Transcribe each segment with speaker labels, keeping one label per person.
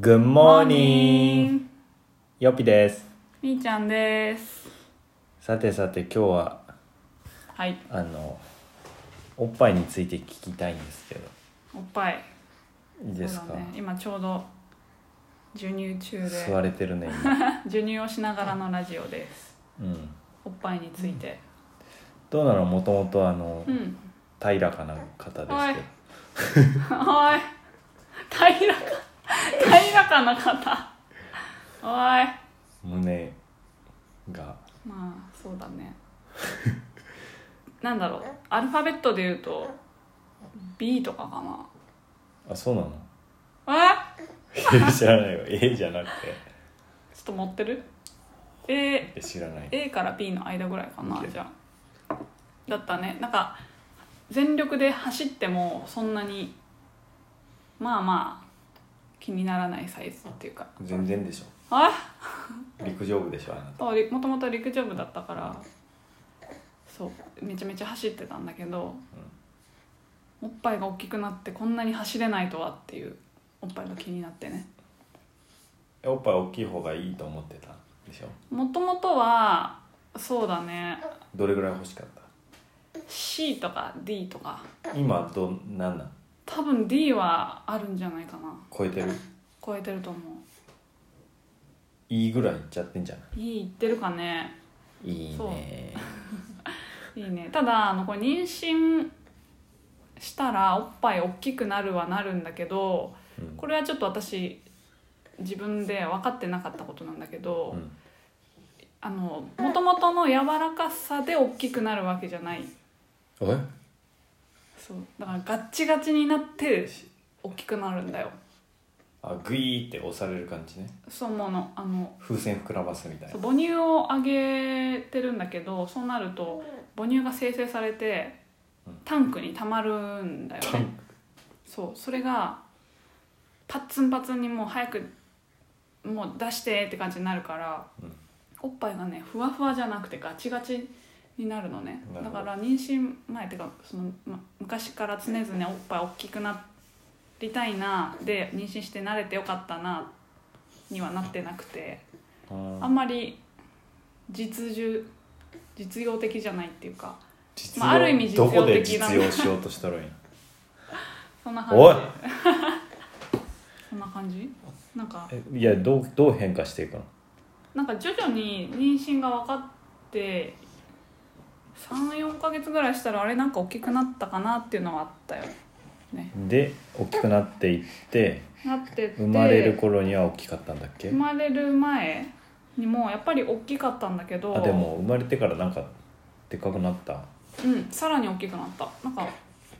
Speaker 1: Good morning! よっぴです。
Speaker 2: みーちゃんです
Speaker 1: さてさて今日は、
Speaker 2: はい
Speaker 1: あの、おっぱいについて聞きたいんですけど、
Speaker 2: おっぱい
Speaker 1: いいです
Speaker 2: そ
Speaker 1: か
Speaker 2: うだ、ね、今ちょうど授乳中で
Speaker 1: 吸われてるね、 今。
Speaker 2: 授乳をしながらのラジオです
Speaker 1: うん。
Speaker 2: おっぱいについて
Speaker 1: どうなのもともとあの
Speaker 2: う、ん
Speaker 1: 平らかな方です
Speaker 2: はいおい平らか平らかな方おい
Speaker 1: けど、胸が、
Speaker 2: まあそうだねなんだろうアルファベットで言うと B とかか
Speaker 1: あ、そうなの
Speaker 2: なえ
Speaker 1: え知らないよ。A じゃなく
Speaker 2: ちょっと持ってる A,
Speaker 1: て、知らない。
Speaker 2: A から B の間ぐらいかな
Speaker 1: OK
Speaker 2: じゃあだったねなんか全力で走ってもそんなにまあまあ気にならないサイズっていうか
Speaker 1: 全然でしょ。
Speaker 2: あ
Speaker 1: 陸上部でしょ、あなた。
Speaker 2: そうりもともと陸上部だったからそうめちゃめちゃ走ってたんだけど、おっぱいが大きくなってこんなに走れないとはっていうおっぱいが気になってね
Speaker 1: えおっぱい大きい方がいいと思ってたんでしょ。
Speaker 2: もともとはそうだね
Speaker 1: どれぐらい欲しかった
Speaker 2: C とか D とか
Speaker 1: 今ど何なん
Speaker 2: 多分 D はあるんじゃないかな
Speaker 1: 超えてる
Speaker 2: 超えてると思
Speaker 1: いいぐらいいっちゃってんじゃな
Speaker 2: ういいいってるかね
Speaker 1: いいいね
Speaker 2: いいねただあのこれ妊娠したらおっぱい大きくなるはなるんだけど
Speaker 1: うん
Speaker 2: これはちょっと私自分で分かってなかったことなんだけど、
Speaker 1: うん
Speaker 2: あの元々の柔らかさで大きくなるわけじゃない
Speaker 1: え
Speaker 2: そうだからガッチガチになって大きくなるんだよ
Speaker 1: あグイーって押される感じね
Speaker 2: そう思うのあの
Speaker 1: 風船膨らますみたいな
Speaker 2: そう母乳をあげてるんだけどそうなると母乳が生成されて
Speaker 1: うん
Speaker 2: タンクにたまるんだよ
Speaker 1: タン
Speaker 2: ねそうそれがパッツンパツンにもう早くもう出してって感じになるから、
Speaker 1: うん
Speaker 2: おっぱいがねふわふわじゃなくてガチガチになるのね
Speaker 1: なる
Speaker 2: だ
Speaker 1: ほど
Speaker 2: から妊娠前っていうかその、ま、昔から常々おっぱい大きくなりたいなで妊娠して慣れてよかったなにはなってなくて。
Speaker 1: うん
Speaker 2: あんまり実需実用的じゃないっていうか
Speaker 1: 実用
Speaker 2: まあある意味実用
Speaker 1: どこで
Speaker 2: 的な
Speaker 1: 実用しようとしたらいいの
Speaker 2: そんな
Speaker 1: おい
Speaker 2: 感じそんな感じなんか
Speaker 1: えいやどうどう変化していくの
Speaker 2: なんか徐々に妊娠が分かって34ヶ月ぐらいしたらあれなんか大きくなったかなっていうのはあったよね
Speaker 1: で大きくなっていって
Speaker 2: なってて
Speaker 1: 生まれる頃には大きかったんだっけ
Speaker 2: 生まれる前にもやっぱり大きかったんだけど
Speaker 1: あでも生まれてからなんかでかくなった
Speaker 2: うんさらに大きくなったなんか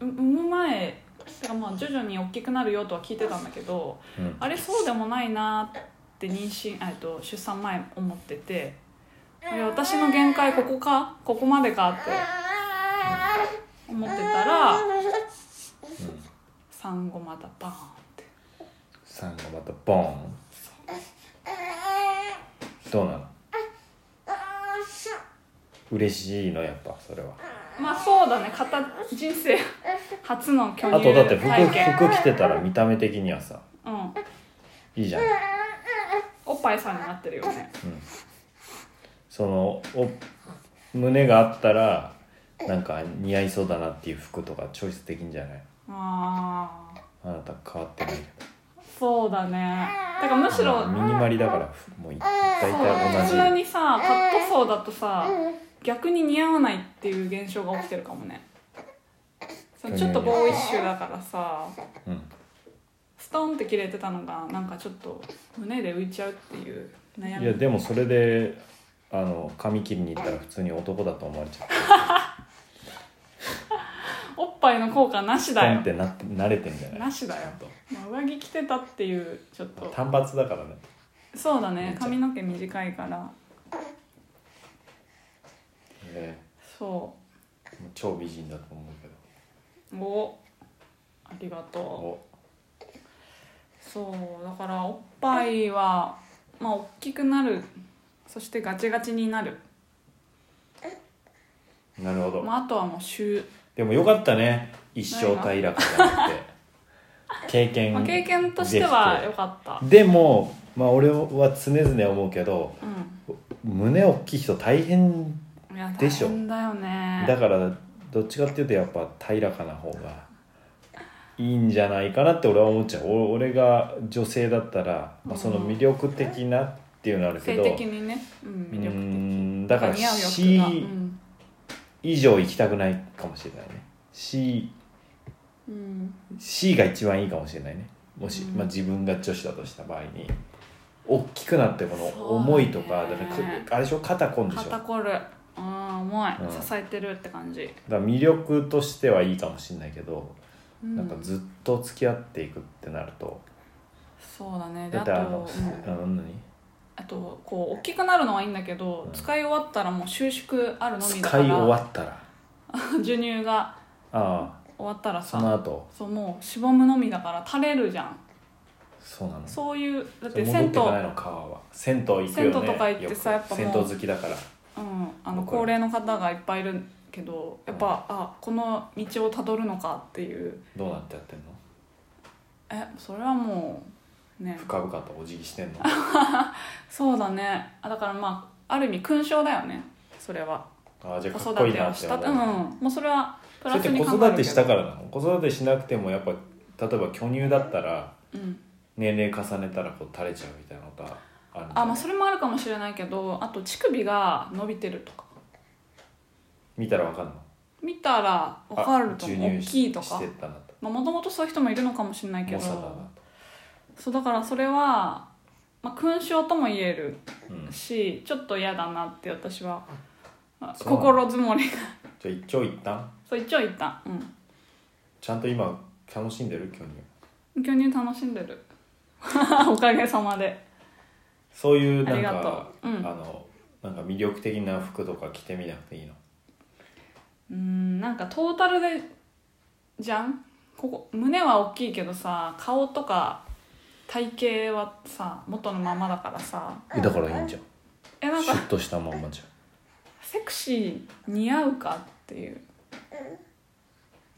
Speaker 2: う産む前てかまあ徐々に大きくなるよとは聞いてたんだけど
Speaker 1: うん
Speaker 2: あれそうでもないなって妊娠あえっと出産前思ってていや私の限界ここかここまでかって思ってたら
Speaker 1: うん
Speaker 2: 産後またバーンって
Speaker 1: 3がまたボーンどうなの嬉しいのやっぱそれは
Speaker 2: まあそうだね片人生初の巨
Speaker 1: あと
Speaker 2: 乳
Speaker 1: だって服
Speaker 2: 体験
Speaker 1: 服着てたら見た目的にはさ
Speaker 2: うん
Speaker 1: いいじゃん、
Speaker 2: おっぱいさんになってるよね
Speaker 1: そのお胸があったらなんか似合いそうだなっていう服とかチョイスできんじゃない
Speaker 2: ああ
Speaker 1: あなた変わってないけ
Speaker 2: そうだねだからむし
Speaker 1: ど
Speaker 2: ろ
Speaker 1: ミニマリだからふもうい大
Speaker 2: 普
Speaker 1: 体
Speaker 2: 通
Speaker 1: 同じ
Speaker 2: にさカットソーだとさ逆に似合わないっていう現象が起きてるかもねそのちょっとボーイッシュだからさ
Speaker 1: うん
Speaker 2: ストンって切れてたのがなんかちょっと胸で浮いちゃうっていう悩
Speaker 1: いや
Speaker 2: み
Speaker 1: でもそれであの髪切りに行ったら普通に男だと思われちゃう
Speaker 2: おっぱいの効果なし
Speaker 1: ポ
Speaker 2: だ
Speaker 1: ン
Speaker 2: よ
Speaker 1: ってなって慣れてんじゃない
Speaker 2: なしだよまあ上着着てたっていうちょっと
Speaker 1: 単発だからね
Speaker 2: そうだね髪の毛短いから
Speaker 1: ね
Speaker 2: そ
Speaker 1: もう超美人だと思うけど
Speaker 2: うおありがとう
Speaker 1: お
Speaker 2: そうだからおっぱいはまあ大きくなるそしてガチガチになる、
Speaker 1: なるほど
Speaker 2: まあ、あとはもう週
Speaker 1: でもよかったね一生平らかじゃなくて経験
Speaker 2: まあ、経験としては良かった
Speaker 1: でも、まあ、俺は常々思うけど
Speaker 2: う
Speaker 1: 胸大きい人大変
Speaker 2: んいや
Speaker 1: でしょ
Speaker 2: 大変だよね
Speaker 1: だからどっちかっていうとやっぱ平らかな方がいいんじゃないかなって俺は思っちゃうお俺が女性だったら、まあ、その魅力的なっていうのはあるけ
Speaker 2: 性
Speaker 1: ど
Speaker 2: 的にね、うん、魅
Speaker 1: うん
Speaker 2: 力的
Speaker 1: だから
Speaker 2: 似合う洋服が
Speaker 1: C 以上行きたくないかもしれないね C,
Speaker 2: うん、うん、
Speaker 1: C が一番いいかもしれないねもし、
Speaker 2: うん
Speaker 1: まあ、自分が女子だとした場合に大きくなってこの
Speaker 2: そうだね
Speaker 1: 重いとかだ,、からくあれでしょ肩こんでしょだ
Speaker 2: 肩
Speaker 1: か
Speaker 2: こるああ重い、
Speaker 1: うん
Speaker 2: 支えてるって感じ、
Speaker 1: ら魅力としてはいいかもしれないけど、
Speaker 2: うん、
Speaker 1: なんかずっと付き合っていくってなると
Speaker 2: そうだねで
Speaker 1: だっ
Speaker 2: あ
Speaker 1: て
Speaker 2: と
Speaker 1: あの、
Speaker 2: うん
Speaker 1: あの何
Speaker 2: あとこう大きくなるのはいいんだけど、
Speaker 1: うん
Speaker 2: 使い終わったらもう収縮あるのみだか
Speaker 1: 使
Speaker 2: ら
Speaker 1: い終わったら
Speaker 2: 授乳が
Speaker 1: ああ
Speaker 2: 終わったら
Speaker 1: その
Speaker 2: さ
Speaker 1: 後
Speaker 2: そうもうしぼむのみだから垂れるじゃん
Speaker 1: そうなの
Speaker 2: そういうだっ
Speaker 1: それ
Speaker 2: て
Speaker 1: 戻
Speaker 2: 銭
Speaker 1: って
Speaker 2: 湯
Speaker 1: かないの川は銭湯行くよね
Speaker 2: 銭湯とか行ってさ
Speaker 1: よ
Speaker 2: やっ
Speaker 1: く
Speaker 2: ぱ
Speaker 1: 銭
Speaker 2: もう
Speaker 1: 湯好きだから
Speaker 2: うん、あの
Speaker 1: 僕ら
Speaker 2: 高齢の方がいっぱいいるけどやっぱ、あこの道をたどるのかっていう
Speaker 1: どうなってやってんの
Speaker 2: えそれはもうね
Speaker 1: 深々とお辞儀してんの
Speaker 2: そうだねあだからまあある意味勲章だよねそれは
Speaker 1: ああじゃあか
Speaker 2: 子
Speaker 1: っこい
Speaker 2: 育
Speaker 1: い
Speaker 2: て
Speaker 1: な
Speaker 2: を
Speaker 1: って
Speaker 2: し
Speaker 1: 思
Speaker 2: たっ
Speaker 1: う
Speaker 2: てうんもうそれは
Speaker 1: そ
Speaker 2: プ
Speaker 1: れ
Speaker 2: ラ
Speaker 1: っ
Speaker 2: ス
Speaker 1: て
Speaker 2: に考
Speaker 1: 子
Speaker 2: える
Speaker 1: 育て
Speaker 2: けど
Speaker 1: したからなの子育てしなくてもやっぱ例えば巨乳だったら
Speaker 2: うん、
Speaker 1: 年齢重ねたらこう垂れちゃうみたいなことはあるんだ
Speaker 2: あまあそれもあるかもしれないけどあと乳首が伸びてるとか
Speaker 1: 見たらわかんの
Speaker 2: 見たら分かると思う
Speaker 1: あ
Speaker 2: 大
Speaker 1: 授乳
Speaker 2: きいとか
Speaker 1: してったなと
Speaker 2: もともとそういう人もいるのかもしれないけ
Speaker 1: も
Speaker 2: ど
Speaker 1: うさだなと
Speaker 2: そうだからそれは、まあ、勲章とも言える
Speaker 1: うん
Speaker 2: しちょっと嫌だなって私はあ
Speaker 1: そうな
Speaker 2: 心づもりが
Speaker 1: じゃあ一長一短
Speaker 2: そう一応言ったう
Speaker 1: ちゃんと今楽しんでる巨乳
Speaker 2: ん巨乳楽しんで るおかげさまで
Speaker 1: そういう
Speaker 2: あ
Speaker 1: なん
Speaker 2: りが
Speaker 1: か
Speaker 2: とううん
Speaker 1: あのなんか魅力的な服とか着てみなくていいの
Speaker 2: うんなんかトータルでじゃんここ胸は大きいけどさ顔とか体型はさ元のままだからさ
Speaker 1: えだからいいんじゃん
Speaker 2: えなん
Speaker 1: シュ
Speaker 2: か
Speaker 1: ッとしたまんまじ
Speaker 2: セクシー似合うかっていう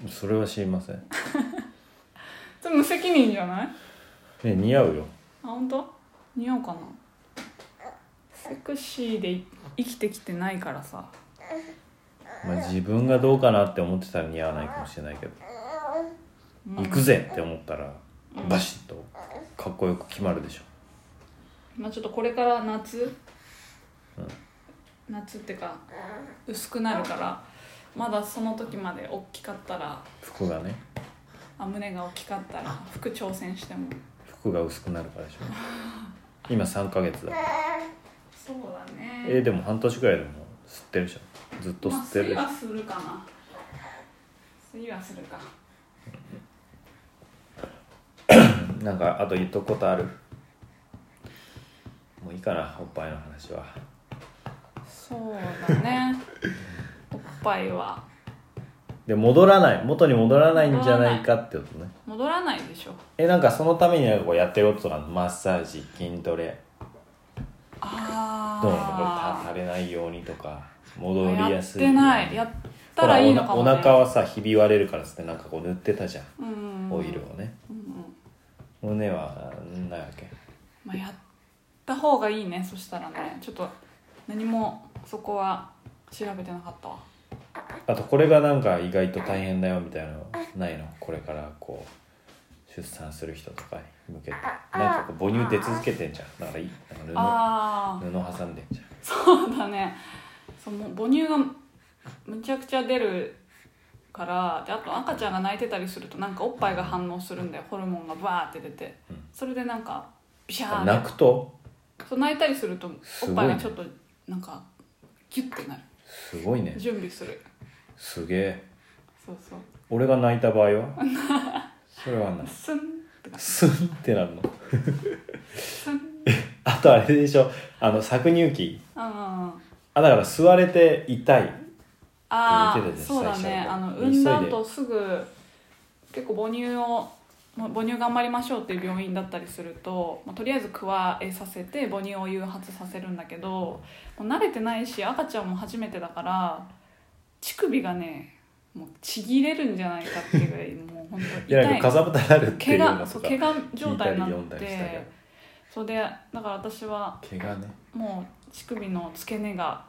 Speaker 1: ゃんそれは知りません、ね、
Speaker 2: それ無責任じゃない
Speaker 1: 似合うよ
Speaker 2: あ本当似合うかなセクシーでい生きてきてないからさ
Speaker 1: まあ、自分がどうかなって思ってたら似合わないかもしれないけど、行くぜって思ったらバシッとかっこよく決まるでしょ
Speaker 2: まあちょっとこれから夏、夏ってか薄くなるからまだその時まで大きかったら
Speaker 1: 服がね
Speaker 2: あ胸が大きかったら服挑戦しても
Speaker 1: 服が薄くなるからでしょ今3ヶ月だ
Speaker 2: そうだね
Speaker 1: えーでも半年ぐらいでも吸ってるでしょずっと
Speaker 2: まあ
Speaker 1: 吸ってるでし
Speaker 2: 吸い
Speaker 1: ょ
Speaker 2: はするかな吸いはするか
Speaker 1: なんかあと言っとくことあるもういいかなおっぱいの話は
Speaker 2: そうだね おっぱいは
Speaker 1: で戻らない元に戻らないんじゃないかってことね
Speaker 2: 戻らないでしょ
Speaker 1: えなんかそのためになんかこうやってることとかあるのマッサージ筋トレ
Speaker 2: あ
Speaker 1: どうなのこれた垂れないようにとか戻りやすい
Speaker 2: や
Speaker 1: よう
Speaker 2: って
Speaker 1: に
Speaker 2: ないやったらいいのか
Speaker 1: ほ
Speaker 2: も、ね、
Speaker 1: らおお腹はさひび割れるからっつってなんかこう塗ってたじゃん、
Speaker 2: うん
Speaker 1: オイルをね、胸はないわけ
Speaker 2: まあ、やった方がいいねそしたらねちょっと何もそこは調べてなかったわ
Speaker 1: あとこれがなんか意外と大変だよみたいなのないのこれからこう出産する人とかに向けてなんかこう母乳出続けてんじゃんだからいいなんか
Speaker 2: ああ
Speaker 1: 布布挟んでんじゃん
Speaker 2: そうだねそうもう母乳がむちゃくちゃ出るからであと赤ちゃんが泣いてたりするとなんかおっぱいが反応するんだよホルモンがバーって出て、
Speaker 1: うん
Speaker 2: それでなんかビシ
Speaker 1: やっ
Speaker 2: ャ
Speaker 1: ぱ
Speaker 2: ー
Speaker 1: 泣
Speaker 2: って
Speaker 1: くと
Speaker 2: そう泣いたりするとおっぱいがちょっとなんかギュッてなる
Speaker 1: すごいね
Speaker 2: 準備する
Speaker 1: すげえ
Speaker 2: そうそう
Speaker 1: 俺が泣いた場合 はそれはない
Speaker 2: スンってか
Speaker 1: スンってなるの
Speaker 2: スン
Speaker 1: あとあれでしょあの搾乳機
Speaker 2: あ
Speaker 1: あだから吸われて痛い
Speaker 2: あ
Speaker 1: 見てたじゃん
Speaker 2: そうだ
Speaker 1: 最
Speaker 2: ね
Speaker 1: 初
Speaker 2: あの
Speaker 1: 急いで
Speaker 2: 産んだ後すぐ結構母乳をもう母乳頑張りましょうっていう病院だったりすると、まあ、とりあえずくわえさせて母乳を誘発させるんだけどもう慣れてないし赤ちゃんも初めてだから乳首がねもうちぎれるんじゃないかっていうぐらい もう本当
Speaker 1: いやなん
Speaker 2: 痛
Speaker 1: か
Speaker 2: い
Speaker 1: かさぶたになるってい
Speaker 2: 怪
Speaker 1: うの
Speaker 2: 我
Speaker 1: と
Speaker 2: そう
Speaker 1: か
Speaker 2: 怪我
Speaker 1: 聞
Speaker 2: 状態になっ
Speaker 1: いたり読んだりしたけど
Speaker 2: てそうでだから私は
Speaker 1: 怪我ね
Speaker 2: もう乳首の付け根が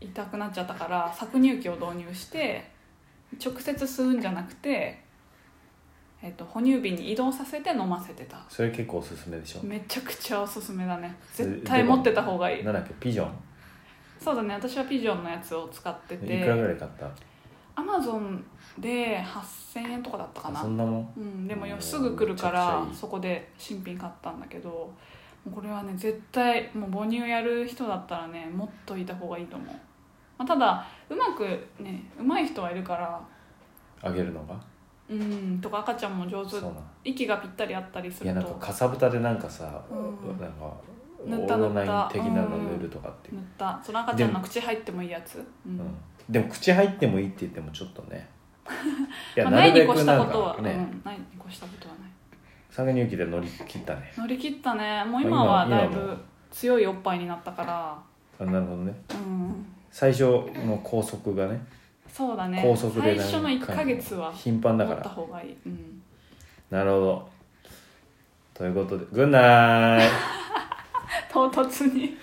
Speaker 2: 痛くなっちゃったから搾乳機を導入して直接吸うんじゃなくて、えっと哺乳瓶に移動させて飲ませてた
Speaker 1: それ結構おすすめでしょ
Speaker 2: めちゃくちゃおすすめだね
Speaker 1: それ
Speaker 2: 絶対持ってた方がいい
Speaker 1: なんだっけピジョン
Speaker 2: そうだね私はピジョンのやつを使って
Speaker 1: いくら
Speaker 2: て
Speaker 1: ぐらい買った
Speaker 2: アマゾンで8000円とかだったかな
Speaker 1: そんなもん
Speaker 2: うん、でもよ
Speaker 1: うん
Speaker 2: すぐ来るか
Speaker 1: めちゃく
Speaker 2: ら
Speaker 1: ちゃいい
Speaker 2: そこで新品買ったんだけどもうこれはね絶対もう母乳やる人だったらねもっといた方がいいと思う、まあ、ただうまくねうまい人はいるから
Speaker 1: あげるのが
Speaker 2: うんとか赤ちゃんも上手
Speaker 1: そうなん
Speaker 2: 息がぴったりあったりす
Speaker 1: いや
Speaker 2: る
Speaker 1: なんか
Speaker 2: と
Speaker 1: かさぶたでなんかさ、
Speaker 2: うん
Speaker 1: なんか
Speaker 2: 塗
Speaker 1: オ
Speaker 2: った
Speaker 1: ロナイン的な
Speaker 2: 塗
Speaker 1: の
Speaker 2: った
Speaker 1: 塗るとかっていう
Speaker 2: 塗ったその赤ちゃんの口入ってもいいやつ、うん
Speaker 1: うんでも口入ってもいいって言ってもちょっとねい
Speaker 2: まあ、ないに越した
Speaker 1: な
Speaker 2: ことは、
Speaker 1: んかね、
Speaker 2: うん、ないに越したことはない
Speaker 1: 三乳期で乗り切ったね
Speaker 2: 乗り切ったねもう今は
Speaker 1: 今
Speaker 2: だい
Speaker 1: 今
Speaker 2: ぶ
Speaker 1: も
Speaker 2: 強いおっぱいになったから
Speaker 1: あなるほどね
Speaker 2: うん
Speaker 1: 最初の拘束がね
Speaker 2: そうだね
Speaker 1: 高速で
Speaker 2: 最初の
Speaker 1: なん
Speaker 2: 1
Speaker 1: か
Speaker 2: ヶ月は
Speaker 1: 頻繁だ
Speaker 2: 持
Speaker 1: か
Speaker 2: った
Speaker 1: ら
Speaker 2: 方がいい、うん、
Speaker 1: なるほどということでグッナイ
Speaker 2: 唐突に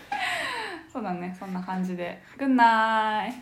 Speaker 2: そうだねそんな感じで「グンナイ」